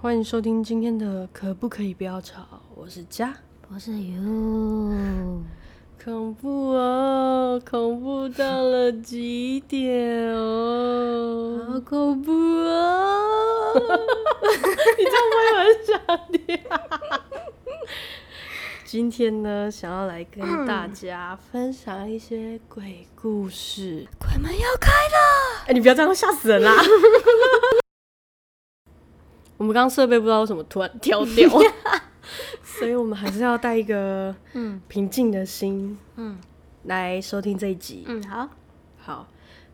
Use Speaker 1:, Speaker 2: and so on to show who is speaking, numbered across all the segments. Speaker 1: 欢迎收听今天的《可不可以不要吵》，我是佳。
Speaker 2: 我是 you，
Speaker 1: 恐怖哦，恐怖到了极点哦！
Speaker 2: 好恐怖哦！
Speaker 1: 你这样不会很傻掉。啊今天呢，想要来跟大家分享一些鬼故事。
Speaker 2: 鬼门要开了，
Speaker 1: 哎、你不要这样，会吓死人啦！ 我们刚刚设备不知道为什么突然跳掉， 所以我们还是要带一个
Speaker 2: 嗯
Speaker 1: 平静的心
Speaker 2: 嗯
Speaker 1: 来收听这一集。
Speaker 2: 嗯，好，
Speaker 1: 好，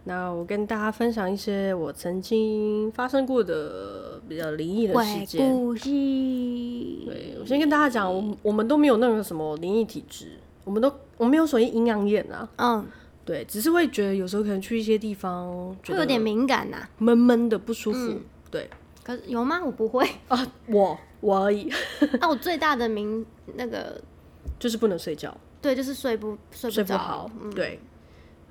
Speaker 1: 那我跟大家分享一些我曾经发生过的比较灵异的事
Speaker 2: 鬼
Speaker 1: 件。
Speaker 2: 故事，
Speaker 1: 对，我先跟大家讲，我们我们都没有那个什么灵异体质，我们都我们没有所谓阴阳眼啊。
Speaker 2: 嗯，
Speaker 1: 对，只是会觉得有时候可能去一些地方，觉得
Speaker 2: 会有点敏感呐，
Speaker 1: 闷闷的不舒服。
Speaker 2: 嗯
Speaker 1: 对
Speaker 2: 可是有吗？我不 会，
Speaker 1: 啊，我我而已，
Speaker 2: 啊，我最大的敏那个，
Speaker 1: 就是不能睡觉，
Speaker 2: 对，就是睡不睡
Speaker 1: 睡
Speaker 2: 不
Speaker 1: 不好
Speaker 2: 着，。嗯，
Speaker 1: 对，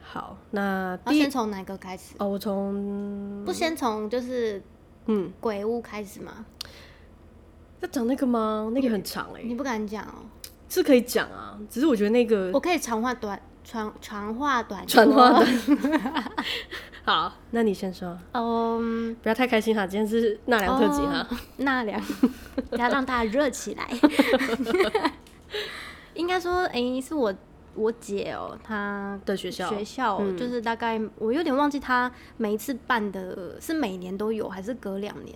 Speaker 1: 好，那
Speaker 2: 要
Speaker 1: 第一
Speaker 2: 先从哪个开始？
Speaker 1: 哦，我从
Speaker 2: 不先从就是
Speaker 1: 嗯，
Speaker 2: 鬼屋开始吗？
Speaker 1: 要讲那个
Speaker 2: 嗯
Speaker 1: 吗？那个很长哎、
Speaker 2: 你不敢讲哦，
Speaker 1: 是可以讲啊，只是我觉得那个
Speaker 2: 我可以长话短长长话短
Speaker 1: 传话
Speaker 2: 说
Speaker 1: 的。好，那你先说，
Speaker 2: 嗯，
Speaker 1: 不要太开心哈，今天是纳凉特辑哈。
Speaker 2: 哦，纳凉，要让大家热起来。应该说，哎、是我我姐哦、她
Speaker 1: 的学校
Speaker 2: 学校、
Speaker 1: 嗯
Speaker 2: 就是大概我有点忘记她每一次办的是每年都有还是隔两年，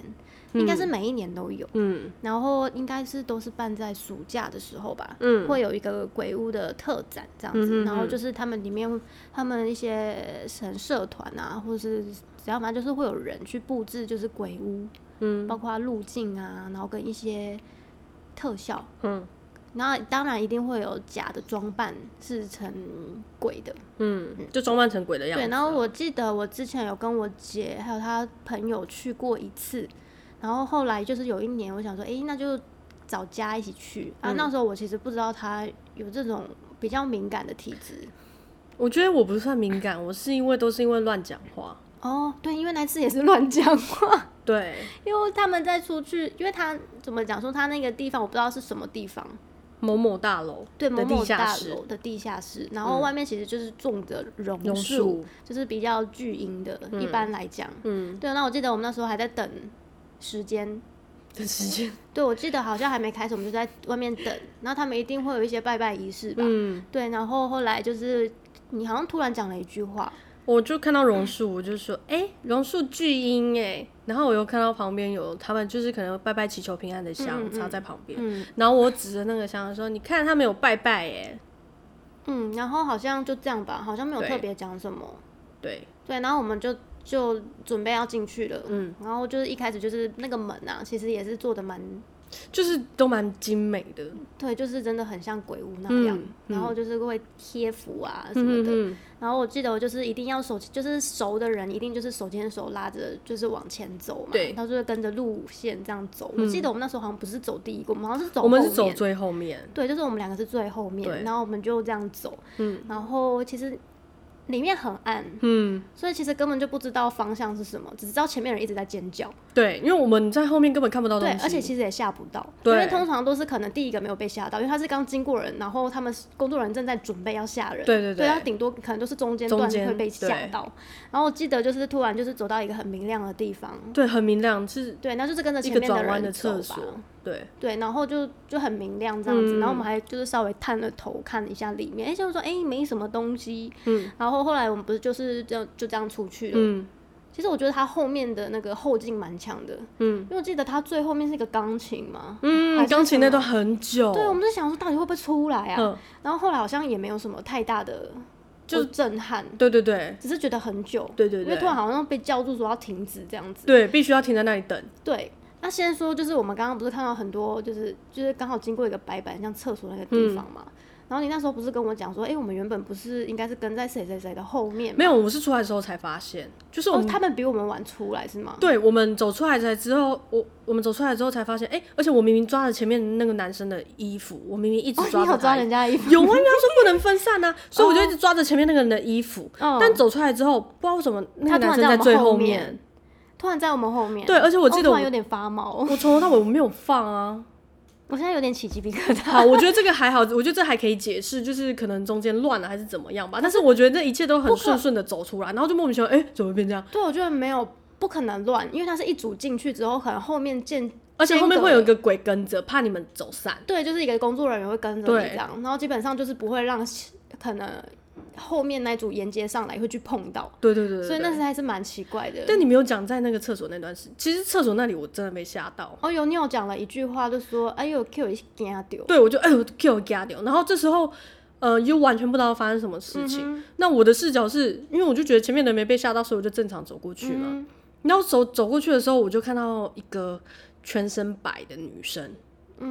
Speaker 2: 应该是每一年都有。
Speaker 1: 嗯
Speaker 2: 然后应该是都是办在暑假的时候吧，
Speaker 1: 嗯
Speaker 2: 会有一个鬼屋的特展这样
Speaker 1: 嗯哼
Speaker 2: 子，
Speaker 1: 哼
Speaker 2: 然后就是他们里面他们一些神社团啊，或是只要反正就是会有人去布置就是鬼屋，
Speaker 1: 嗯
Speaker 2: 包括路径啊，然后跟一些特效，
Speaker 1: 嗯
Speaker 2: 然后当然一定会有假的装扮是成鬼的，
Speaker 1: 嗯，就装扮成鬼的样子。
Speaker 2: 对，然后我记得我之前有跟我姐还有她朋友去过一次，然后后来就是有一年，我想说，诶，那就找家一起去啊。那时候我其实不知道她有这种比较敏感的体质。
Speaker 1: 我觉得我不算敏感，我是因为都是因为乱讲话。
Speaker 2: 哦，对，因为那次也是乱讲话，
Speaker 1: 对，
Speaker 2: 因为他们在出去，因为他怎么讲说他那个地方我不知道是什么地方，
Speaker 1: 某某大楼
Speaker 2: 对，某
Speaker 1: 的地
Speaker 2: 某
Speaker 1: 下
Speaker 2: 大
Speaker 1: 室嗯
Speaker 2: 楼的地下室，然后外面其实就是种着
Speaker 1: 榕
Speaker 2: 榕
Speaker 1: 树
Speaker 2: 树，，就是比较巨阴的，一般来讲，
Speaker 1: 嗯，
Speaker 2: 对，那我记得我们那时候还在等时间，
Speaker 1: 的时间，
Speaker 2: 对我记得好像还没开始，我们就在外面等。然后他们一定会有一些拜拜仪式吧？
Speaker 1: 嗯，
Speaker 2: 对，然后后来就是你好像突然讲了一句话，
Speaker 1: 我就看到
Speaker 2: 嗯
Speaker 1: 榕树，我就说，哎、榕树巨婴哎、然后我又看到旁边有他们就是可能拜拜祈求平安的
Speaker 2: 嗯
Speaker 1: 香
Speaker 2: 嗯
Speaker 1: 插在旁边，
Speaker 2: 嗯
Speaker 1: 然后我指着那个香说，你看他们有拜拜哎、
Speaker 2: 嗯，然后好像就这样吧，好像没有
Speaker 1: 对
Speaker 2: 特别讲什么。
Speaker 1: 对，
Speaker 2: 对，然后我们就就准备要进去了，
Speaker 1: 嗯，
Speaker 2: 然后就是一开始就是那个门啊，其实也是做的蛮，
Speaker 1: 就是都蛮精美的，
Speaker 2: 对，就是真的很像鬼屋那样，
Speaker 1: 嗯
Speaker 2: 然后就是会贴符啊什
Speaker 1: 什么
Speaker 2: 么的，
Speaker 1: 的，
Speaker 2: 然后我记得我就是一定要手，就是熟的人一定就是手牵手拉着，就是往前走嘛。
Speaker 1: 对嗯
Speaker 2: 他就会跟着路线这样走。我记得我们那时候好像不是走第一个，我们好像是走
Speaker 1: 我们是
Speaker 2: 后
Speaker 1: 走
Speaker 2: 面
Speaker 1: 最后面，
Speaker 2: 对，就是我们两个是最后
Speaker 1: 对
Speaker 2: 面，然后我们就这样走。
Speaker 1: 嗯
Speaker 2: 然后其实里面很暗，
Speaker 1: 嗯，
Speaker 2: 所以其实根本就不知道方向是什么，只知道前面人一直在尖叫。
Speaker 1: 对，因为我们在后面根本看不到东
Speaker 2: 对
Speaker 1: 西，，
Speaker 2: 而且其实也吓不到，因
Speaker 1: 对
Speaker 2: 为通常都是可能第一个没有被吓到，因为他是刚经过人，然后他们工作人员正在准备要吓人，
Speaker 1: 对对对
Speaker 2: 对，他顶多可能都是中间
Speaker 1: 中
Speaker 2: 段
Speaker 1: 间
Speaker 2: 会被吓到。然后我记得就是突然就是走到一个很明亮的地方，
Speaker 1: 对很明亮，是
Speaker 2: 对，那就是跟着
Speaker 1: 嗯一
Speaker 2: 前
Speaker 1: 个
Speaker 2: 面
Speaker 1: 转弯
Speaker 2: 人
Speaker 1: 的
Speaker 2: 走
Speaker 1: 厕
Speaker 2: 吧，
Speaker 1: 所，对，
Speaker 2: 对，然后就就很明亮这样子，
Speaker 1: 嗯
Speaker 2: 然后我们还就是稍微探了头看一下里面，哎、就是说哎、没什么东西，
Speaker 1: 嗯，
Speaker 2: 然后后来我们不是就是这样就这样出去了，
Speaker 1: 嗯
Speaker 2: 其实我觉得他后面的那个后劲蛮强的，
Speaker 1: 嗯
Speaker 2: 因为我记得他最后面是一个钢琴嘛，还
Speaker 1: 嗯，
Speaker 2: 是
Speaker 1: 钢琴
Speaker 2: 什
Speaker 1: 那
Speaker 2: 么
Speaker 1: 段很久，
Speaker 2: 对，我们在想说到底会不会出来啊？
Speaker 1: 哦嗯，
Speaker 2: 然后后来好像也没有什么太大的
Speaker 1: 就
Speaker 2: 就震撼，
Speaker 1: 对对对
Speaker 2: 只是觉得很久，
Speaker 1: 对对
Speaker 2: 因为突然
Speaker 1: 对，
Speaker 2: 好像被叫住说要停止这样子。
Speaker 1: 对，必须要停在那里等，
Speaker 2: 对，那先说就是我们刚刚不是看到很多就是就是刚好经过一个白板像厕所那个地方
Speaker 1: 嗯
Speaker 2: 嘛。然后你那时候不是跟我讲说，哎、我们原本不是应该是跟在谁谁谁的后面吗？
Speaker 1: 没有，我是出来的时候才发现，就是我
Speaker 2: 哦，
Speaker 1: 们。
Speaker 2: 他们比我们晚出来是吗？
Speaker 1: 对我们走出来才之后，我我们走出来之后才发现，哎、而且我明明抓着前面那个男生的衣服，我明明一直
Speaker 2: 哦，
Speaker 1: 抓
Speaker 2: 你
Speaker 1: 着
Speaker 2: 有
Speaker 1: 他
Speaker 2: 抓
Speaker 1: 的衣
Speaker 2: 人家 的衣服？
Speaker 1: 有啊，因为他说不能分散啊， 所以我就一直抓着前面那个人的衣服。
Speaker 2: 嗯
Speaker 1: 但走出来之后，不知道为什么那
Speaker 2: 他
Speaker 1: 个
Speaker 2: 突
Speaker 1: 男生
Speaker 2: 然在我
Speaker 1: 在
Speaker 2: 们
Speaker 1: 最
Speaker 2: 后
Speaker 1: 后
Speaker 2: 面
Speaker 1: 面，
Speaker 2: 突然在我们后面。
Speaker 1: 对而且我记得
Speaker 2: 哦突
Speaker 1: 我
Speaker 2: 然有点发毛，
Speaker 1: 我从头到尾我没有放 啊。
Speaker 2: 我现在有点起鸡皮疙瘩。
Speaker 1: 好，我觉得这个还好，我觉得这还可以解释，就是可能中间乱了还是怎么样吧。但是我觉得这一切都很顺顺的走出来，然后就莫名其妙，哎、怎么会变这样？
Speaker 2: 对，我觉得没有不可能乱，因为它是一组进去之后，可能后面见，
Speaker 1: 而且后面
Speaker 2: 间隔
Speaker 1: 会有一个鬼跟着，怕你们走散。
Speaker 2: 对，就是一个工作人员会跟着
Speaker 1: 对
Speaker 2: 你这样，然后基本上就是不会让可能后面那组沿接上来会去碰到，
Speaker 1: 对对对对
Speaker 2: 所以那
Speaker 1: 对
Speaker 2: 时还是蛮奇怪的。
Speaker 1: 但你没有讲在那个厕所那段时，其实厕所那里我真的被吓到。
Speaker 2: 哦，有你有讲了一句话，就说哎呦 Q 一惊丢，
Speaker 1: 对，我就哎呦给我压掉，然后这时候呃又完全不知道发生什么事情。
Speaker 2: 嗯
Speaker 1: 那我的视角是因为我就觉得前面的人没被吓到，所以我就正常走过去嘛。
Speaker 2: 嗯
Speaker 1: 然后走走过去的时候，我就看到一个全身白的女生，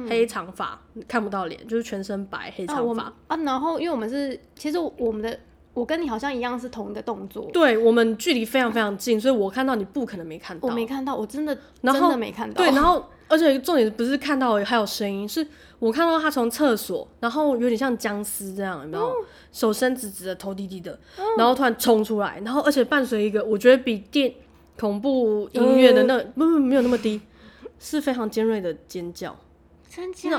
Speaker 1: 黑长发，看不到脸，就是全身白黑
Speaker 2: 嗯啊
Speaker 1: 长
Speaker 2: 我
Speaker 1: 发。
Speaker 2: 们啊，然后因为我们是其实我们的我跟你好像一样是同一个动作，
Speaker 1: 对我们距离非常非常近，所以我看到你不可能没看到。
Speaker 2: 我没看到，我真的
Speaker 1: 然
Speaker 2: 真
Speaker 1: 后
Speaker 2: 的没看到，
Speaker 1: 对，然后而且重点不是看到而已还有声音，是我看到他从厕所，然后有点像僵尸这样，有没
Speaker 2: 嗯
Speaker 1: 有？手伸直直的，头低低的，然后突然冲出来，然后而且伴随一个我觉得比电恐怖音乐的那
Speaker 2: 嗯
Speaker 1: 不不没有那么低，是非常尖锐的尖叫，
Speaker 2: 真假？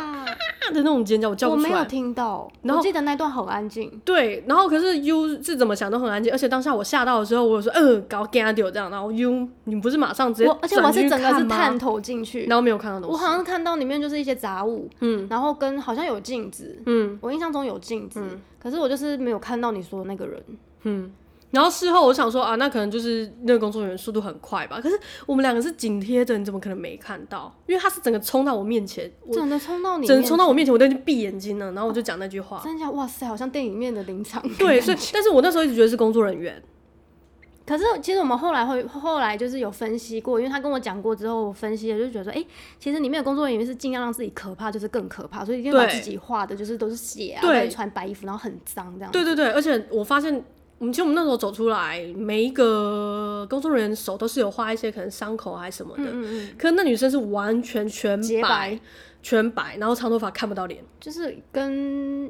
Speaker 1: 大的那种尖叫，我叫
Speaker 2: 我
Speaker 1: 不
Speaker 2: 没
Speaker 1: 出
Speaker 2: 有
Speaker 1: 来。
Speaker 2: 听到，
Speaker 1: 然后
Speaker 2: 我记得那段很安静。
Speaker 1: 对，然后可是 U 是怎么想都很安静，而且当下我吓到的时候，我有说呃搞 g a 丢这样，然后 U 你不是马上直接
Speaker 2: 我而且我
Speaker 1: 转
Speaker 2: 是
Speaker 1: 去
Speaker 2: 整个是
Speaker 1: 看吗
Speaker 2: 探，头进去，
Speaker 1: 然后没有看到东西，
Speaker 2: 我好像看到里面就是一些杂物，嗯，然后跟好像有镜子，
Speaker 1: 嗯，
Speaker 2: 我印象中有镜子，可是我就是没有看到你说的那个人，
Speaker 1: 然后事后我想说啊，那可能就是那个工作人员速度很快吧。可是我们两个是紧贴着，你怎么可能没看到？因为他是整个冲到我面前，我
Speaker 2: 真的冲到你面
Speaker 1: 整
Speaker 2: 前，哦
Speaker 1: 个冲到我面前，我都已经闭眼睛了，然后我就讲那句话。
Speaker 2: 真假？哇塞，好像电影里面的哦临场。
Speaker 1: 对，所以但是我那时候一直觉得是工作人员，
Speaker 2: 可是其实我们后来会后来就是有分析过，因为他跟我讲过之后，我分析了就觉得说，哎、其实里面的工作人员是尽量让自己可怕，就是更可怕，所以一定要把
Speaker 1: 对
Speaker 2: 自己画的就是都是血啊，
Speaker 1: 对
Speaker 2: 或者穿白衣服，然后很脏这样。
Speaker 1: 对对对，而且我发现我们其实我们那时候走出来，每一个工作人员手都是有画一些可能伤口啊还是什么的，
Speaker 2: 嗯
Speaker 1: 可是那女生是完全全
Speaker 2: 洁白
Speaker 1: 全白，然后长头发看不到脸。
Speaker 2: 就是跟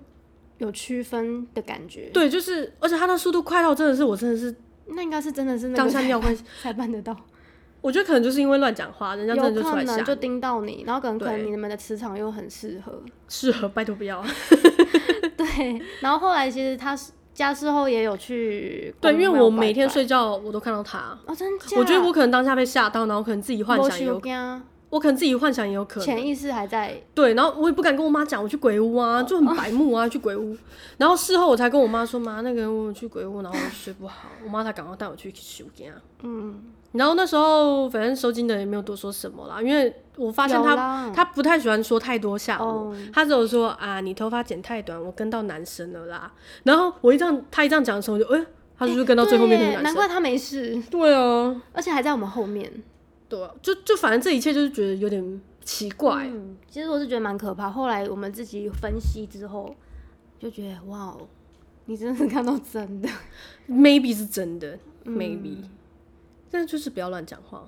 Speaker 2: 有区分的感觉。
Speaker 1: 对，就是而且她那速度快到真的是我真的是
Speaker 2: 那应该是真的是那
Speaker 1: 当
Speaker 2: 个
Speaker 1: 下
Speaker 2: 才
Speaker 1: 尿关
Speaker 2: 才办得到，
Speaker 1: 我觉得可能就是因为乱讲话，人家真的
Speaker 2: 有
Speaker 1: 就出
Speaker 2: 可
Speaker 1: 来
Speaker 2: 能
Speaker 1: 吓
Speaker 2: 就
Speaker 1: 你。
Speaker 2: 盯到你，然后可能可能
Speaker 1: 对
Speaker 2: 你们的磁场又很适合，
Speaker 1: 适合，拜托不要。
Speaker 2: 对。然后后来其实他是家事后也有去公
Speaker 1: 对，因
Speaker 2: 庙哦拜拜，
Speaker 1: 为我每天睡觉我都看到他，
Speaker 2: 哦，真假？
Speaker 1: 我觉得我可能当下被吓到，然后可能自己幻想也有，
Speaker 2: 有，
Speaker 1: 我可能自己幻想也有可能。
Speaker 2: 潜意识还在，
Speaker 1: 对，然后我也不敢跟我妈讲我去鬼屋
Speaker 2: 哦
Speaker 1: 啊，就很白目啊，去鬼屋。然后事后我才跟我妈说，妈，那个我有去鬼屋，然后我睡不好，我妈才赶快带我去修家。
Speaker 2: 嗯，
Speaker 1: 啊然后那时候反正收金的也没有多说什么啦，因为我发现
Speaker 2: 有啊
Speaker 1: 他
Speaker 2: 啦
Speaker 1: 他不太喜欢说太多吓我，
Speaker 2: 嗯哦
Speaker 1: 他只有说啊你头发剪太短，我跟到男生了啦。然后我一这样他一这样讲的时候，我就哎、他是不是跟到最后面那
Speaker 2: 对
Speaker 1: 个
Speaker 2: 耶
Speaker 1: 男
Speaker 2: 难
Speaker 1: 生？
Speaker 2: 怪他没事，
Speaker 1: 对啊，
Speaker 2: 而且还在我们后面。
Speaker 1: 对啊，就就反正这一切就是觉得有点奇怪，
Speaker 2: 嗯，其实我是觉得蛮可怕。后来我们自己分析之后，就觉得哇哦，你真的是看到真的。
Speaker 1: maybe 是真的、maybe，但就是不要乱讲话。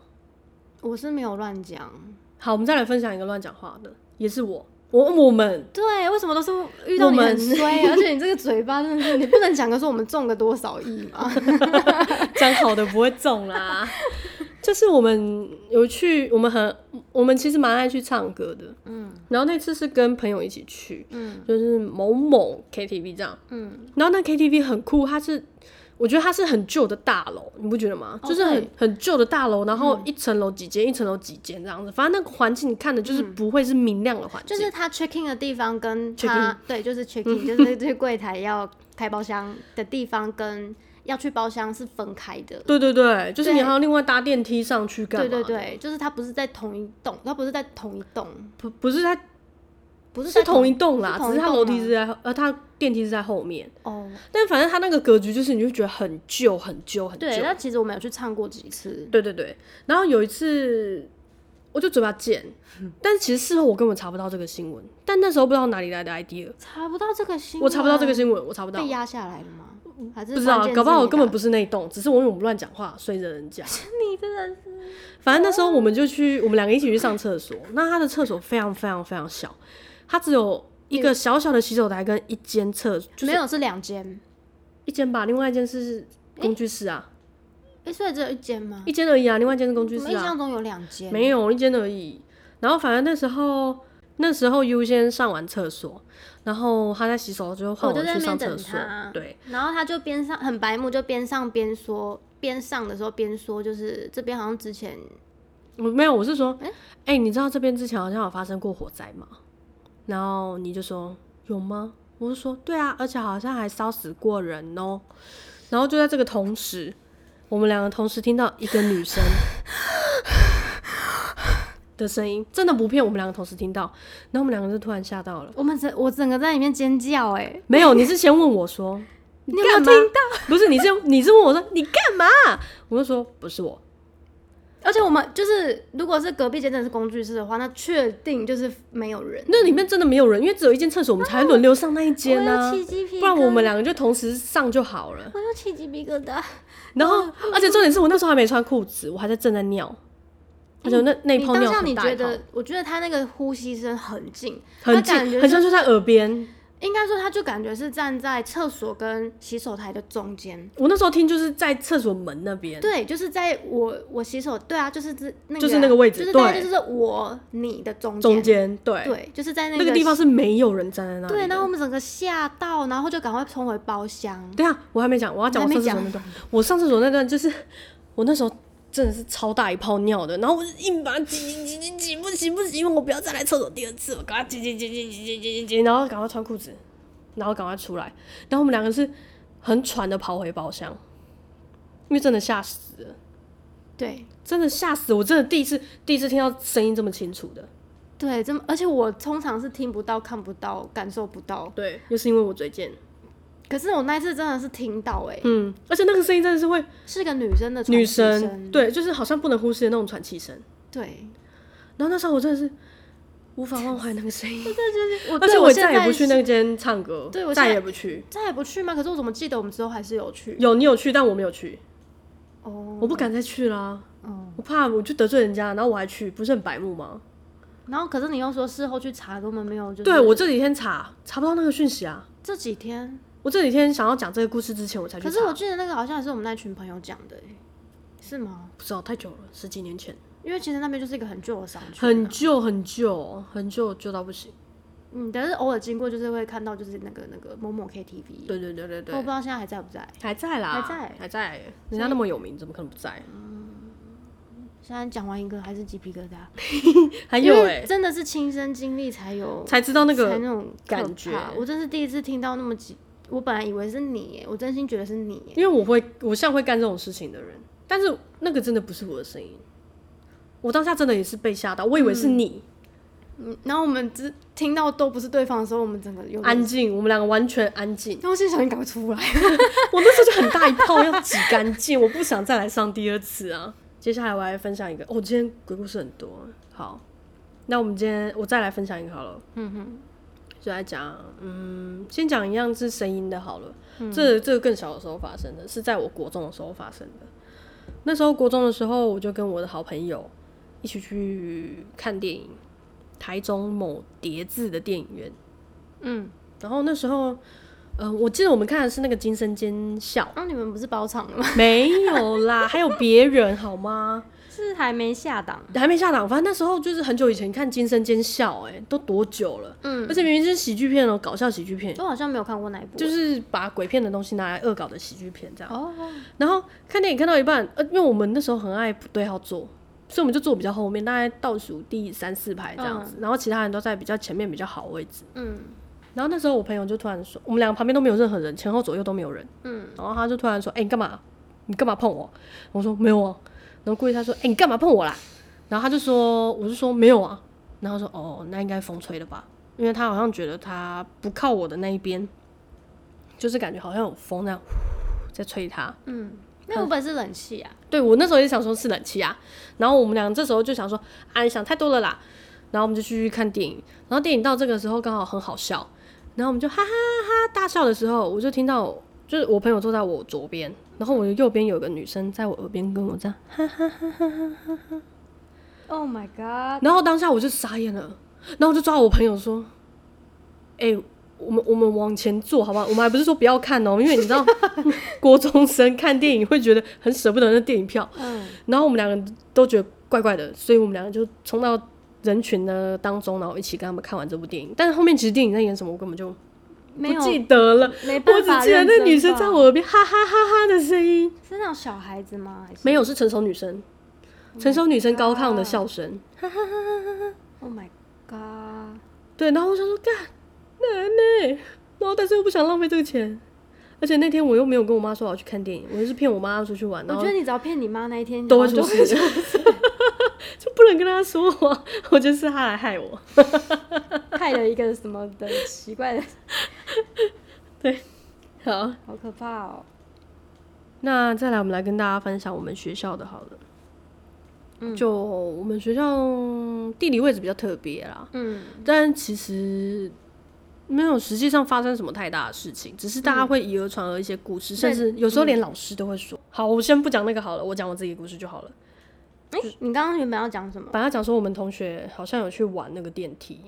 Speaker 2: 我是没有乱讲，
Speaker 1: 好，我们再来分享一个乱讲话的，也是我我我们
Speaker 2: 对，为什么都是遇到你
Speaker 1: 我们
Speaker 2: 很 衰？啊而且你这个嘴巴真的是，你不能讲个说我们中了多少亿嘛？
Speaker 1: 讲好的不会中 啦。就是我们有去，我们很，我们其实蛮爱去唱歌的，嗯。然后那次是跟朋友一起去，嗯，就是某某 KTV 这样，
Speaker 2: 嗯，
Speaker 1: 然后那 KTV 很酷，它是我觉得它是很旧的大楼，你不觉得吗？
Speaker 2: 哦
Speaker 1: 就是很
Speaker 2: 对嗯
Speaker 1: 很旧的大楼，然后一层楼几间，一层楼几间这样子，反正那个环境你看的就是不会是明亮的环境，
Speaker 2: 嗯就是他 check in 的地方跟
Speaker 1: Check
Speaker 2: 他对，就是 check in，就是去柜台要开包厢的地方跟要去包厢是分开的。
Speaker 1: 对对对，就是你
Speaker 2: 对
Speaker 1: 还要另外搭电梯上去干
Speaker 2: 对
Speaker 1: 嘛？
Speaker 2: 对，对，就是他不是在同一栋，他不是在同一栋，
Speaker 1: 不不是它
Speaker 2: 不是在
Speaker 1: 是同一栋啦，
Speaker 2: 是同
Speaker 1: 只
Speaker 2: 一
Speaker 1: 是它
Speaker 2: 栋
Speaker 1: 楼梯
Speaker 2: 吗
Speaker 1: 是在呃，它电梯是在后面。
Speaker 2: 哦。
Speaker 1: 但反正它那个格局就是，你就觉得很旧、很旧、很旧。
Speaker 2: 对，那其实我们有去唱过几次，
Speaker 1: 对对对。然后有一次，我就嘴巴 贱，但其实事后我根本查不到这个新闻，但那时候不知道哪里来的 idea，
Speaker 2: 查不到这个新闻，
Speaker 1: 我查不到这个新闻，我查不到
Speaker 2: 被，压下来了吗？还是
Speaker 1: 不知道
Speaker 2: 关，键
Speaker 1: 搞不好
Speaker 2: 字
Speaker 1: 我
Speaker 2: 你
Speaker 1: 根本
Speaker 2: 打
Speaker 1: 不是那一栋，只是我因为我们乱讲话，随着人家。
Speaker 2: 啊 你真的是
Speaker 1: 反正那时候我们就去，我们两个一起去上厕所。那他的厕所非常非常非常小，它只有一个小小的洗手台跟一间厕，就是
Speaker 2: 没有是两间，
Speaker 1: 一间吧，另外一间是工具室啊。
Speaker 2: 哎、所以只有一间吗？
Speaker 1: 一间而已啊，另外一间是工具
Speaker 2: 我
Speaker 1: 室
Speaker 2: 们印
Speaker 1: 啊，
Speaker 2: 象中有两间，
Speaker 1: 没有一间而已。然后反正那时候那时候 U 先上完厕所，然后他在洗手之后换
Speaker 2: 我就在
Speaker 1: 去
Speaker 2: 那
Speaker 1: 上
Speaker 2: 边
Speaker 1: 厕
Speaker 2: 等
Speaker 1: 所
Speaker 2: 他，
Speaker 1: 对，
Speaker 2: 然后他就边上很白目，就边上边说，边上的时候边说，就是这边好像之前
Speaker 1: 我没有，我是说，哎
Speaker 2: 诶、
Speaker 1: 你知道这边之前好像有发生过火灾吗？然后你就说有吗？我就说对啊，而且好像还烧死过人哦。然后就在这个同时，我们两个同时听到一个女生的声音，真的不骗，我们两个同时听到，然后我们两个就突然吓到了。
Speaker 2: 我们整我整个在里面尖叫、哎，
Speaker 1: 没有，你是先问我说
Speaker 2: 你有没有
Speaker 1: 干嘛？不是，你是你是问我说你干嘛？我就说不是我，
Speaker 2: 而且我们就是如果是隔壁间真的是工具室的话，那确定就是没有人，
Speaker 1: 那里面真的没有人，因为只有一间厕所，我们才轮流上那一间啊
Speaker 2: 我
Speaker 1: 呢、
Speaker 2: 要起鸡皮疙瘩，
Speaker 1: 不然我们两个就同时上就好了。
Speaker 2: 我要起鸡皮疙瘩，
Speaker 1: 然后，
Speaker 2: 哦
Speaker 1: 而且重点是我那时候还没穿裤子，我还在正在尿，而且我那那一
Speaker 2: 哎你
Speaker 1: 泡
Speaker 2: 当
Speaker 1: 尿
Speaker 2: 下
Speaker 1: 很
Speaker 2: 你
Speaker 1: 大一
Speaker 2: 觉
Speaker 1: 泡，
Speaker 2: 得，我觉得他那个呼吸声很近，他
Speaker 1: 很近
Speaker 2: 感觉，
Speaker 1: 很
Speaker 2: 就
Speaker 1: 像就在耳边。
Speaker 2: 应该说他就感觉是站在厕所跟洗手台的中间。
Speaker 1: 我那时候听就是在厕所门那边，
Speaker 2: 对，就是在我我洗手，对啊，就是这那个
Speaker 1: 就是那个位置
Speaker 2: 就是大概
Speaker 1: 对
Speaker 2: 就是我你的中间，
Speaker 1: 中间对
Speaker 2: 对，就是在那
Speaker 1: 那个地方
Speaker 2: 洗。
Speaker 1: 是没有人站在那里的。
Speaker 2: 对，然后我们整个吓到，然后就赶快冲回包厢。
Speaker 1: 等一下我还没讲，我要讲我
Speaker 2: 你还
Speaker 1: 上
Speaker 2: 没
Speaker 1: 厕所那段。我上厕所那段就是我那时候真的是超大一泡尿的，然后我就硬把它挤挤挤挤挤，不行不行，我不要再来厕所第二次，我赶快挤挤挤挤挤挤挤挤挤，然后赶快穿裤子，然后赶快出来，然后我们两个是很喘的跑回包厢，因为真的吓死了，
Speaker 2: 对
Speaker 1: 真的吓死我，真的第一次第一次听到声音这么清楚的，
Speaker 2: 对，这么而且我通常是听不到、看不到、感受不到，
Speaker 1: 对，又是因为我嘴贱，
Speaker 2: 可是我那一次真的是听到、欸，哎、
Speaker 1: 嗯，而且那个声音真的是会
Speaker 2: 是个女生的喘
Speaker 1: 女
Speaker 2: 息
Speaker 1: 生，对，就是好像不能忽视的那种喘气声。
Speaker 2: 对，
Speaker 1: 然后那时候我真的是无法忘怀那个声 音，
Speaker 2: 我
Speaker 1: 而
Speaker 2: 对
Speaker 1: 且
Speaker 2: 我现
Speaker 1: 再也
Speaker 2: 在
Speaker 1: 不去
Speaker 2: 是
Speaker 1: 那间唱歌，
Speaker 2: 对我现
Speaker 1: 再
Speaker 2: 在
Speaker 1: 也不去。
Speaker 2: 再也不去吗？可是我怎么记得我们之后还是有去？
Speaker 1: 有你有去，但我没有去，
Speaker 2: 哦，
Speaker 1: 我不敢再去啦。
Speaker 2: 哦
Speaker 1: 我怕我就得罪人家，然后我还去，不是很白目吗？
Speaker 2: 然后可是你又说事后去查根本没有，就是
Speaker 1: 对我这几天查查不到那个讯息啊，
Speaker 2: 这几天，
Speaker 1: 我这几天想要讲这个故事之前我才去
Speaker 2: 可
Speaker 1: 查，
Speaker 2: 是我记得那个好像也是我们那群朋友讲的、欸，是吗？
Speaker 1: 不知道太久了，十几年前，
Speaker 2: 因为其实那边就是一个很旧的商圈、
Speaker 1: 很
Speaker 2: 啊，
Speaker 1: 旧很旧很旧旧到不行。
Speaker 2: 嗯，但是偶尔经过就是会看到就是那个那个某某 KTV，
Speaker 1: 对对对对
Speaker 2: 我
Speaker 1: 对
Speaker 2: 不知，道现在还在不在，
Speaker 1: 还在啦，
Speaker 2: 哦还在
Speaker 1: 还在，人家那么有名，怎么可能不在？
Speaker 2: 现在讲完一个还是鸡皮疙瘩，
Speaker 1: 还
Speaker 2: 因
Speaker 1: 有
Speaker 2: 为
Speaker 1: 哎，
Speaker 2: 真的是亲身经历才有
Speaker 1: 才知道那
Speaker 2: 才
Speaker 1: 个
Speaker 2: 那种
Speaker 1: 感
Speaker 2: 可怕
Speaker 1: 觉
Speaker 2: 我真是第一次听到那么几，我本来以为是你欸，我真心觉得是你欸，
Speaker 1: 因为我会，我像会干这种事情的人，但是那个真的不是我的声音，我当下真的也是被吓到，我以为是你，
Speaker 2: 嗯，然后我们只听到都不是对方的时候，我们整个有点
Speaker 1: 安静，我们两个完全安静
Speaker 2: 然，后我心想你赶快出 来，
Speaker 1: 我那时候就很大一泡要挤干净，我不想再来上第二次啊。接下来我来分享一个，哦，今天鬼故事很多，好，那我们今天我再来分享一个好了，
Speaker 2: 嗯哼，
Speaker 1: 就来讲，嗯，先讲一样是声音的好了，
Speaker 2: 嗯
Speaker 1: 这这个更小的时候发生的，是在我国中的时候发生的。那时候国中的时候，我就跟我的好朋友一起去看电影，台中某叠字的电影院。
Speaker 2: 嗯，
Speaker 1: 然后那时候，呃，我记得我们看的是那个《惊声尖笑
Speaker 2: 那、啊你们不是包场了吗？》，
Speaker 1: 没有啦，还有别人好吗？
Speaker 2: 是还没下档，
Speaker 1: 还没下档，反正那时候就是很久以前看《惊声尖笑》，哎，都多久了？
Speaker 2: 嗯，
Speaker 1: 而且明明是喜剧片哦，搞笑喜剧片。
Speaker 2: 我好像没有看过那一部，
Speaker 1: 就是把鬼片的东西拿来恶搞的喜剧片这样。
Speaker 2: 哦，
Speaker 1: 然后看电影看到一半，呃，因为我们那时候很爱不对号坐，所以我们就坐比较后面，大概倒数第三四排这样子。然后其他人都在比较前面比较好位置。
Speaker 2: 嗯
Speaker 1: 然后那时候我朋友就突然说，我们两个旁边都没有任何人，前后左右都没有人。
Speaker 2: 嗯，
Speaker 1: 然后他就突然说：“哎、你干嘛？你干嘛碰我？”我说：“没有啊。”然后故意他说：“哎、你干嘛碰我啦？”然后他就说：“我就说没有啊。”然后说：“哦，那应该风吹的吧？因为他好像觉得他不靠我的那一边，就是感觉好像有风那样呼在吹他。”
Speaker 2: 那我本是冷气啊，
Speaker 1: 对我那时候也想说是冷气啊，然后我们俩这时候就想说，啊，你想太多了啦，然后我们就继续看电影，然后电影到这个时候刚好很好笑，然后我们就哈哈哈哈大笑的时候，我就听到就是我朋友坐在我左边，然后我的右边有个女生在我耳边跟我这样，
Speaker 2: ，Oh my god，
Speaker 1: 然后当下我就傻眼了，然后我就抓我朋友说，哎、我们我们往前坐，好不好？我们还不是说不要看哦，因为你知道， 国中生看电影会觉得很舍不得那电影票。
Speaker 2: 嗯，
Speaker 1: 然后我们两个都觉得怪怪的，所以我们两个就冲到人群的当中，然后一起跟他们看完这部电影。但是后面其实电影在演什么，我根本就
Speaker 2: 没
Speaker 1: 不
Speaker 2: 有，
Speaker 1: 记得了。
Speaker 2: 没
Speaker 1: 我
Speaker 2: 办
Speaker 1: 只
Speaker 2: 法
Speaker 1: 记得
Speaker 2: 认真吧。
Speaker 1: 那女生在我耳边哈哈哈哈的声音，
Speaker 2: 是那种小孩子吗？还是
Speaker 1: 没有是成熟女生，成熟女生高亢的笑声。
Speaker 2: ？Oh my god！
Speaker 1: 对，然后我想说，干难呢，然后但是又不想浪费这个钱，而且那天我又没有跟我妈说我要去看电影，我就是骗我妈出去玩，然
Speaker 2: 我
Speaker 1: 后
Speaker 2: 觉得你只要骗你妈那一天，
Speaker 1: 都
Speaker 2: 好
Speaker 1: 会
Speaker 2: 像
Speaker 1: 出
Speaker 2: 就
Speaker 1: 事，就不能跟她说啊，我觉得是她来害我。
Speaker 2: 害了一个什么的奇怪的，
Speaker 1: 好，
Speaker 2: 好可怕哦。
Speaker 1: 那再来，我们来跟大家分享我们学校的好了。
Speaker 2: 嗯
Speaker 1: 就我们学校地理位置比较特别啦，
Speaker 2: 嗯，
Speaker 1: 但其实没有实际上发生什么太大的事情，只是大家会以讹传讹一些故事，甚至有时候连老师都会说。好，我先不讲那个好了，我讲我自己的故事就好了。
Speaker 2: 哎、你刚刚原本要讲什么？
Speaker 1: 本来讲说我们同学好像有去玩那个电梯，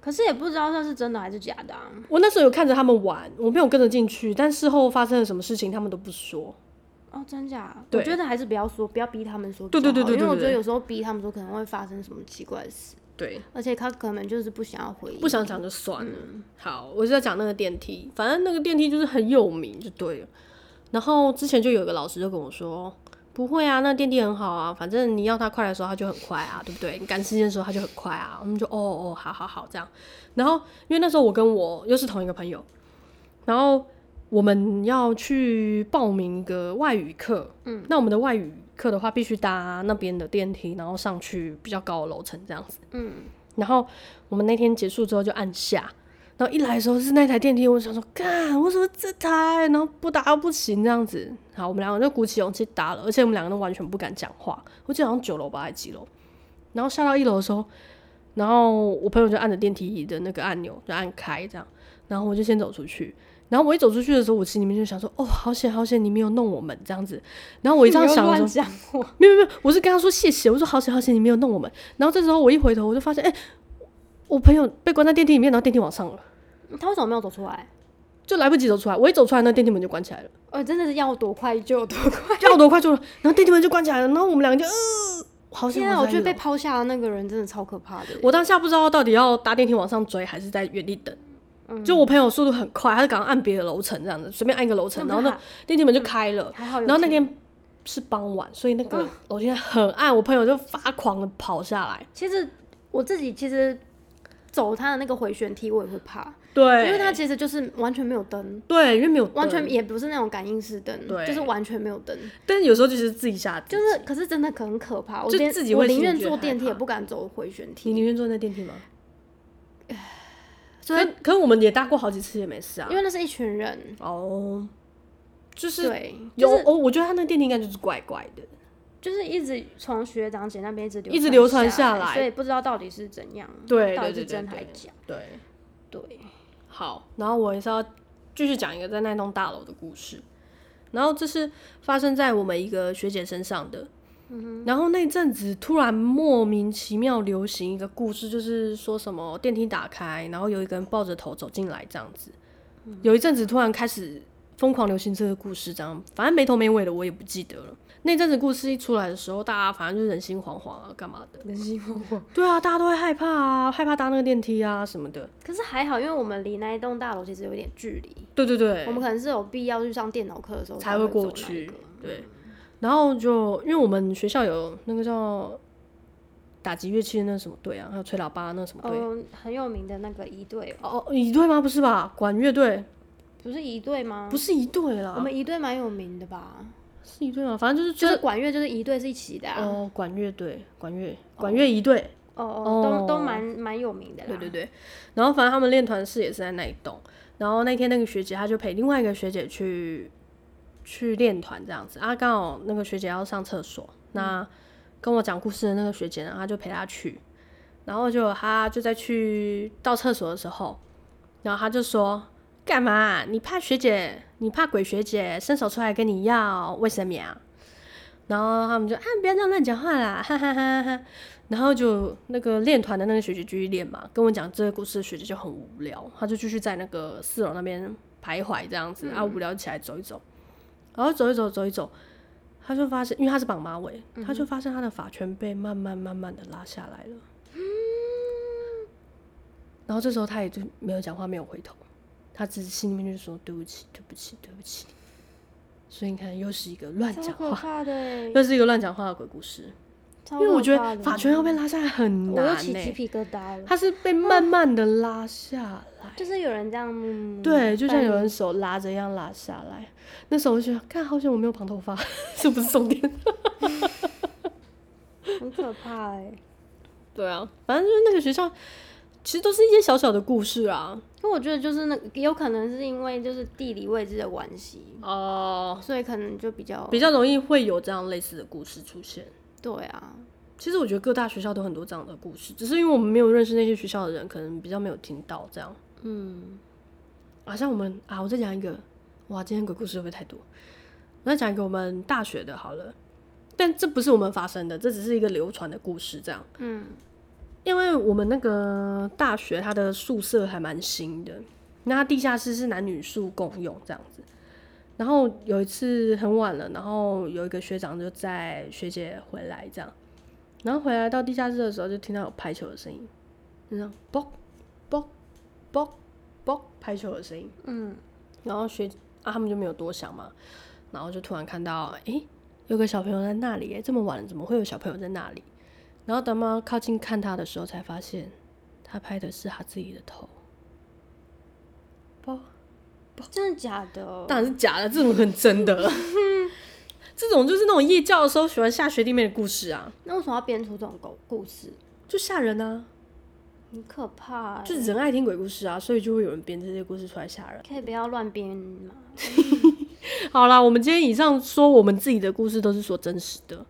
Speaker 2: 可是也不知道那是真的还是假的啊。
Speaker 1: 我那时候有看着他们玩，我没有跟着进去，但事后发生了什么事情他们都不说。
Speaker 2: 哦，真假？我
Speaker 1: 对
Speaker 2: 觉得还是不要说，不要逼他们说比
Speaker 1: 对
Speaker 2: 较好。
Speaker 1: 对对对对
Speaker 2: 因为我觉得
Speaker 1: 对
Speaker 2: 有时候逼他们说可能会发生什么奇怪的事，
Speaker 1: 对，
Speaker 2: 而且他可能就是不想要回忆。嗯
Speaker 1: 不想讲就算了。好，我是在讲那个电梯，反正那个电梯就是很有名就对了。然后之前就有一个老师就跟我说，不会啊，那电梯很好啊，反正你要它快的时候它就很快啊，对不对？你赶时间的时候它就很快啊。我们就哦哦，好好好这样。然后因为那时候我跟我又是同一个朋友，然后我们要去报名一个外语课，嗯，那我们的外语课的话必须搭那边的电梯，然后上去比较高的楼层这样子。
Speaker 2: 嗯，
Speaker 1: 然后我们那天结束之后就按下，然后一来的时候是那台电梯，我想说，干，为什么这台？然后不搭不行这样子。好，我们两个就鼓起勇气搭了，而且我们两个都完全不敢讲话。我记得好像九楼吧，还是几楼？然后下到一楼的时候，然后我朋友就按着电梯的那个按钮，就按开这样。然后我就先走出去。然后我一走出去的时候，我心里面就想说，哦，好险好险，你没有弄我们这样子。然后我一这样
Speaker 2: 你又
Speaker 1: 想的时候
Speaker 2: 乱，讲话。
Speaker 1: 没有没有，我是跟他说谢谢，我说好险好险，你没有弄我们。然后这时候我一回头，我就发现，哎、我朋友被关在电梯里面，然后电梯往上了，
Speaker 2: 他为什么没有走出来？
Speaker 1: 就来不及走出来。我一走出来，那电梯门就关起来了，
Speaker 2: 哦，真的是要多快就有多 快。
Speaker 1: 要多快就了，然后电梯门就关起来了，然后我们两个就，呃，好险
Speaker 2: 天啊，
Speaker 1: 我
Speaker 2: 我
Speaker 1: 在
Speaker 2: 觉得
Speaker 1: 一
Speaker 2: 被
Speaker 1: 楼
Speaker 2: 抛下的那个人真的超可怕的。欸
Speaker 1: 我当下不知道到底要搭电梯往上追，还是在原地等。就我朋友速度很快，他就赶快按别的楼层这样子，随便按一个楼层，然后
Speaker 2: 那
Speaker 1: 那电梯门就开了。
Speaker 2: 还好有
Speaker 1: 然后那
Speaker 2: 听
Speaker 1: 天是傍晚，所以那个楼梯很暗，我朋友就发狂的跑下来。
Speaker 2: 其实我自己其实走他的那个回旋梯，我也会怕，
Speaker 1: 对，
Speaker 2: 因为它其实就是完全没有灯，
Speaker 1: 对，因为没有
Speaker 2: 完
Speaker 1: 灯
Speaker 2: 全也不是那种感应式灯，
Speaker 1: 对
Speaker 2: 就是完全没有灯，
Speaker 1: 但是有时候就是自己吓自己，
Speaker 2: 就是可是真的很可怕。我
Speaker 1: 就
Speaker 2: 连
Speaker 1: 自己
Speaker 2: 我
Speaker 1: 会
Speaker 2: 宁
Speaker 1: 心里
Speaker 2: 愿
Speaker 1: 觉得
Speaker 2: 坐
Speaker 1: 害
Speaker 2: 电梯
Speaker 1: 怕
Speaker 2: 也不敢走回旋
Speaker 1: 你
Speaker 2: 梯，
Speaker 1: 宁愿坐那电梯吗？
Speaker 2: 所
Speaker 1: 可
Speaker 2: 以
Speaker 1: 可是我们也搭过好几次，也没事啊
Speaker 2: 因。为那是一群人，
Speaker 1: 哦，就是
Speaker 2: 对，
Speaker 1: 有
Speaker 2: 就是
Speaker 1: 哦，我觉得他那电梯应该就是怪怪的。
Speaker 2: 就是一直从学长姐那边一直
Speaker 1: 一直流
Speaker 2: 传
Speaker 1: 传
Speaker 2: 下
Speaker 1: 下来
Speaker 2: 所以不知道到底是怎样，
Speaker 1: 对
Speaker 2: 到
Speaker 1: 对
Speaker 2: 底
Speaker 1: 对
Speaker 2: 是
Speaker 1: 对
Speaker 2: 真还
Speaker 1: 对
Speaker 2: 是假，
Speaker 1: 对，
Speaker 2: 对，
Speaker 1: 好，然后我也是要继续讲一个在那栋大楼的故事。然后这是发生在我们一个学姐身上的。然后那阵子突然莫名其妙流行一个故事，就是说什么电梯打开，然后有一个人抱着头走进来这样子。有一阵子突然开始疯狂流行这个故事，这样反正没头没尾的，我也不记得了。那阵子故事一出来的时候，大家反正就是人心惶惶啊，干嘛的？
Speaker 2: 人心惶惶。
Speaker 1: 对啊，大家都会害怕啊，害怕搭那个电梯啊什么的。
Speaker 2: 可是还好，因为我们离那一栋大楼其实有一点距离，
Speaker 1: 对对对，
Speaker 2: 我们可能是有必要去上电脑课的时候
Speaker 1: 才
Speaker 2: 会
Speaker 1: 会过
Speaker 2: 走那一
Speaker 1: 去
Speaker 2: 个。
Speaker 1: 对，然后就因为我们学校有那个叫打击乐器的那什么队啊，还有吹喇叭那什么队。哦
Speaker 2: 嗯，很有名的那个一队，
Speaker 1: 哦，一队吗？不是吧？管乐队
Speaker 2: 不是一队吗？
Speaker 1: 不是一队
Speaker 2: 我
Speaker 1: 啦，
Speaker 2: 们一队蛮有名的吧？
Speaker 1: 是一队吗？反正就是就
Speaker 2: 就
Speaker 1: 是是
Speaker 2: 管乐，就是一队是一起的、啊。
Speaker 1: 哦，管乐队，管乐，管乐一队。
Speaker 2: 哦哦，都都
Speaker 1: 哦
Speaker 2: 蛮蛮有名的啦。
Speaker 1: 对对对，然后反正他们练团室也是在那一栋，然后那天那个学姐她就陪另外一个学姐去去练团这样子啊，刚好那个学姐要上厕所，那跟我讲故事的那个学姐呢，她就陪她去，然后就她就在去到厕所的时候，然后她就说。干嘛？你怕学姐？你怕鬼学姐伸手出来跟你要卫生棉啊？然后他们就啊，不要这样乱讲话啦， 哈哈哈哈哈。然后就那个练团的那个学姐继续练嘛，跟我讲这个故事的学姐就很无聊，她就继续在那个四楼那边徘徊这样子，啊，无聊起来走一走，然后走一走走一走，她就发现，因为她是绑马尾，她就发现她的发圈被慢慢慢慢的拉下来了。然后这时候她也就没有讲话，没有回头，她只是心里面就说对不起，对不起，对不起。所以你看，又是一个乱
Speaker 2: 超
Speaker 1: 讲
Speaker 2: 可
Speaker 1: 话。
Speaker 2: 怕的欸，
Speaker 1: 那是一个乱讲话的鬼故事，因
Speaker 2: 因
Speaker 1: 为我觉得法圈要被拉下来很
Speaker 2: 嗯我
Speaker 1: 难欸
Speaker 2: 又
Speaker 1: 呢、
Speaker 2: 起鸡皮疙瘩了，
Speaker 1: 它是被慢慢的拉下来，
Speaker 2: 就是有人这样，嗯
Speaker 1: 对，就像有人手拉着一样拉下来。那时候我就觉得，看，好险我没有绑头发， 这不是重点。
Speaker 2: 很可怕哎。
Speaker 1: 对啊，反正就是那个学校，其实都是一些小小的故事啊。
Speaker 2: 可我觉得就是那有可能是因为就是地理位置的关系，
Speaker 1: 哦、
Speaker 2: 所以可能就比较
Speaker 1: 比较容易会有这样类似的故事出现。
Speaker 2: 对啊，
Speaker 1: 其实我觉得各大学校都很多这样的故事，只是因为我们没有认识那些学校的人，可能比较没有听到这样。
Speaker 2: 嗯，
Speaker 1: 啊，像我们啊，我再讲一个，哇，今天鬼故事会不会太多？我再讲一个我们大学的好了，但这不是我们发生的，这只是一个流传的故事这样。
Speaker 2: 嗯，
Speaker 1: 因为我们那个大学它的宿舍还蛮新的，那它地下室是男女宿共用这样子。然后有一次很晚了，然后有一个学长就载学姐回来这样，然后回来到地下室的时候就听到有拍球的声音，就这样啵啵啵啵拍球的声音。
Speaker 2: 嗯，
Speaker 1: 然后学啊，他们就没有多想嘛，然后就突然看到，诶，有个小朋友在那里，诶，这么晚了，怎么会有小朋友在那里？然后等妈靠近看他的时候，才发现他拍的是他自己的头，包
Speaker 2: 真的假的？
Speaker 1: 当然是假的，这种很真 的，这种就是那种夜教的时候喜欢吓学弟妹的故事啊，
Speaker 2: 那为什么要编出这种狗故事？
Speaker 1: 就吓人啊，
Speaker 2: 很可怕欸，
Speaker 1: 就人爱听鬼故事啊，所以就会有人编这些故事出来吓人。
Speaker 2: 可以不要乱编嘛。
Speaker 1: 好啦，我们今天以上说我们自己的故事都是说真实的。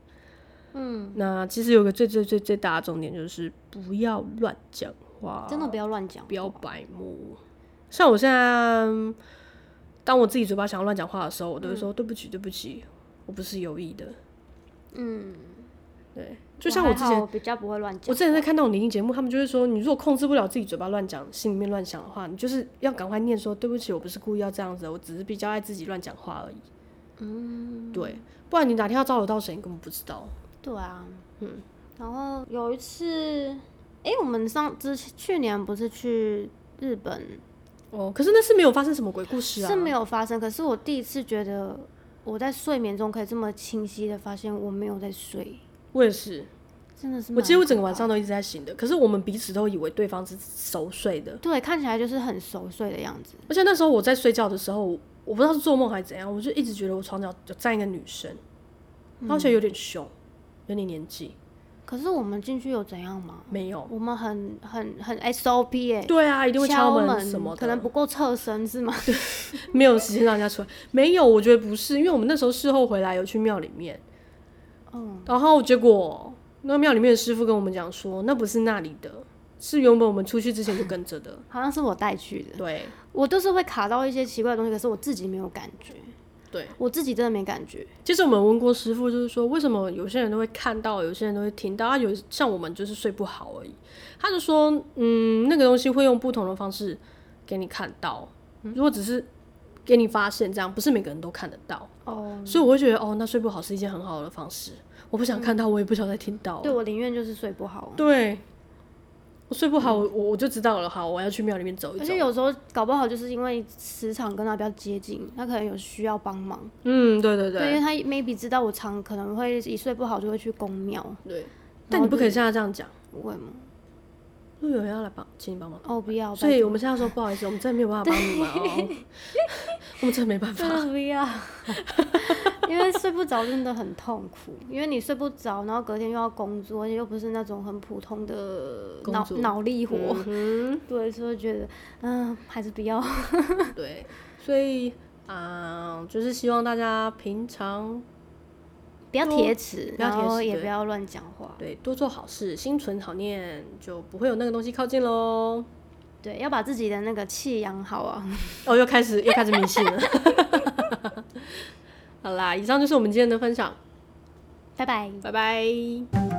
Speaker 2: 嗯，
Speaker 1: 那其实有个最最最最大的重点就是不要乱讲话，
Speaker 2: 真的不要乱讲，
Speaker 1: 不要白目。像我现在，当我自己嘴巴想要乱讲话的时候，我都会说、对不起，对不起，我不是有意的。
Speaker 2: 嗯，
Speaker 1: 对，就像我之前，
Speaker 2: 前比较不会乱讲，
Speaker 1: 我之前在看那种灵异节目，他们就会说，你如果控制不了自己嘴巴乱讲、心里面乱想的话，你就是要赶快念说对不起，我不是故意要这样子的，我只是比较爱自己乱讲话而已。嗯，对，不然你哪天要招惹到谁，你根本不知道。
Speaker 2: 对啊，嗯，然后有一次，哎、我们上之前去年不是去日本、
Speaker 1: 哦，可是那是没有发生什么鬼故事啊，
Speaker 2: 是没有发生，可是我第一次觉得我在睡眠中可以这么清晰的发现我没有在睡，
Speaker 1: 我也是，
Speaker 2: 真的是
Speaker 1: 我几乎整个晚
Speaker 2: 蛮可怕
Speaker 1: 上都一直在醒的。可是我们彼此都以为对方是熟睡的，
Speaker 2: 对看起来就是很熟睡的样子，
Speaker 1: 而且那时候我在睡觉的时候，我不知道是做梦还是怎样，我就一直觉得我床角有站一个女生，然后而
Speaker 2: 嗯
Speaker 1: 且有点凶，有点年纪，
Speaker 2: 可是我们进去有怎样吗？
Speaker 1: 没有。
Speaker 2: 我们很很很 SOP 哎、
Speaker 1: 对啊，一定会敲
Speaker 2: 门
Speaker 1: 门什么的，
Speaker 2: 可能不够侧身是吗？
Speaker 1: 没有时间让人家出来。没有，我觉得不是，因为我们那时候事后回来有去庙里面，
Speaker 2: 嗯，
Speaker 1: 然后结果那庙里面的师傅跟我们讲说，那不是那里的，是原本我们出去之前就跟着的。
Speaker 2: 好像是我带去的，
Speaker 1: 对
Speaker 2: 我就是会卡到一些奇怪的东西，可是我自己没有感觉，
Speaker 1: 对，
Speaker 2: 我自己真的没感觉。
Speaker 1: 其实我们问过师傅，就是说为什么有些人都会看到，有些人都会听到，啊，有像我们就是睡不好而已。他就说，嗯，那个东西会用不同的方式给你看到，
Speaker 2: 嗯
Speaker 1: 如果只是给你发现这样，不是每个人都看得到，
Speaker 2: 哦，
Speaker 1: 所以我会觉得，哦，那睡不好是一件很好的方式。我不想看到，我也不想再听到。
Speaker 2: 嗯对我宁愿就是睡不好，
Speaker 1: 对，我睡不好，我我我就知道了，好，我要去庙里面走一
Speaker 2: 而
Speaker 1: 走
Speaker 2: 且。有时候搞不好就是因为磁场跟他比较接近，他可能有需要帮忙。
Speaker 1: 嗯，对对
Speaker 2: 因
Speaker 1: 对
Speaker 2: 为他 maybe 知道我常可能会一睡不好就会去公庙，
Speaker 1: 对，但你不可以现在这样讲，
Speaker 2: 不会吗？
Speaker 1: 如果有人要来帮，请你帮忙。
Speaker 2: 哦，不要，
Speaker 1: 所
Speaker 2: 拜
Speaker 1: 以我们现在说不好意思，我们真的没有办法帮你们哦， 我们真的没办
Speaker 2: 真
Speaker 1: 法。
Speaker 2: 的不要，因为睡不着真的很痛苦，因为你睡不着，然后隔天又要工作，而且又不是那种很普通的
Speaker 1: 工
Speaker 2: 脑
Speaker 1: 作
Speaker 2: 脑力活，
Speaker 1: 嗯
Speaker 2: 对，所以觉得嗯还是不要。
Speaker 1: 哼，对，所以啊、就是希望大家平常
Speaker 2: 不要铁齿，
Speaker 1: 不要
Speaker 2: 然
Speaker 1: 铁
Speaker 2: 后
Speaker 1: 齿
Speaker 2: 也
Speaker 1: 对
Speaker 2: 不要乱讲话，
Speaker 1: 对多做好事，心存好念，就不会有那个东西靠近喽。
Speaker 2: 对，要把自己的那个气养好啊。
Speaker 1: 哦，又开始又 开始迷信了。好啦，以上就是我们今天的分享。
Speaker 2: 拜拜。
Speaker 1: 拜拜。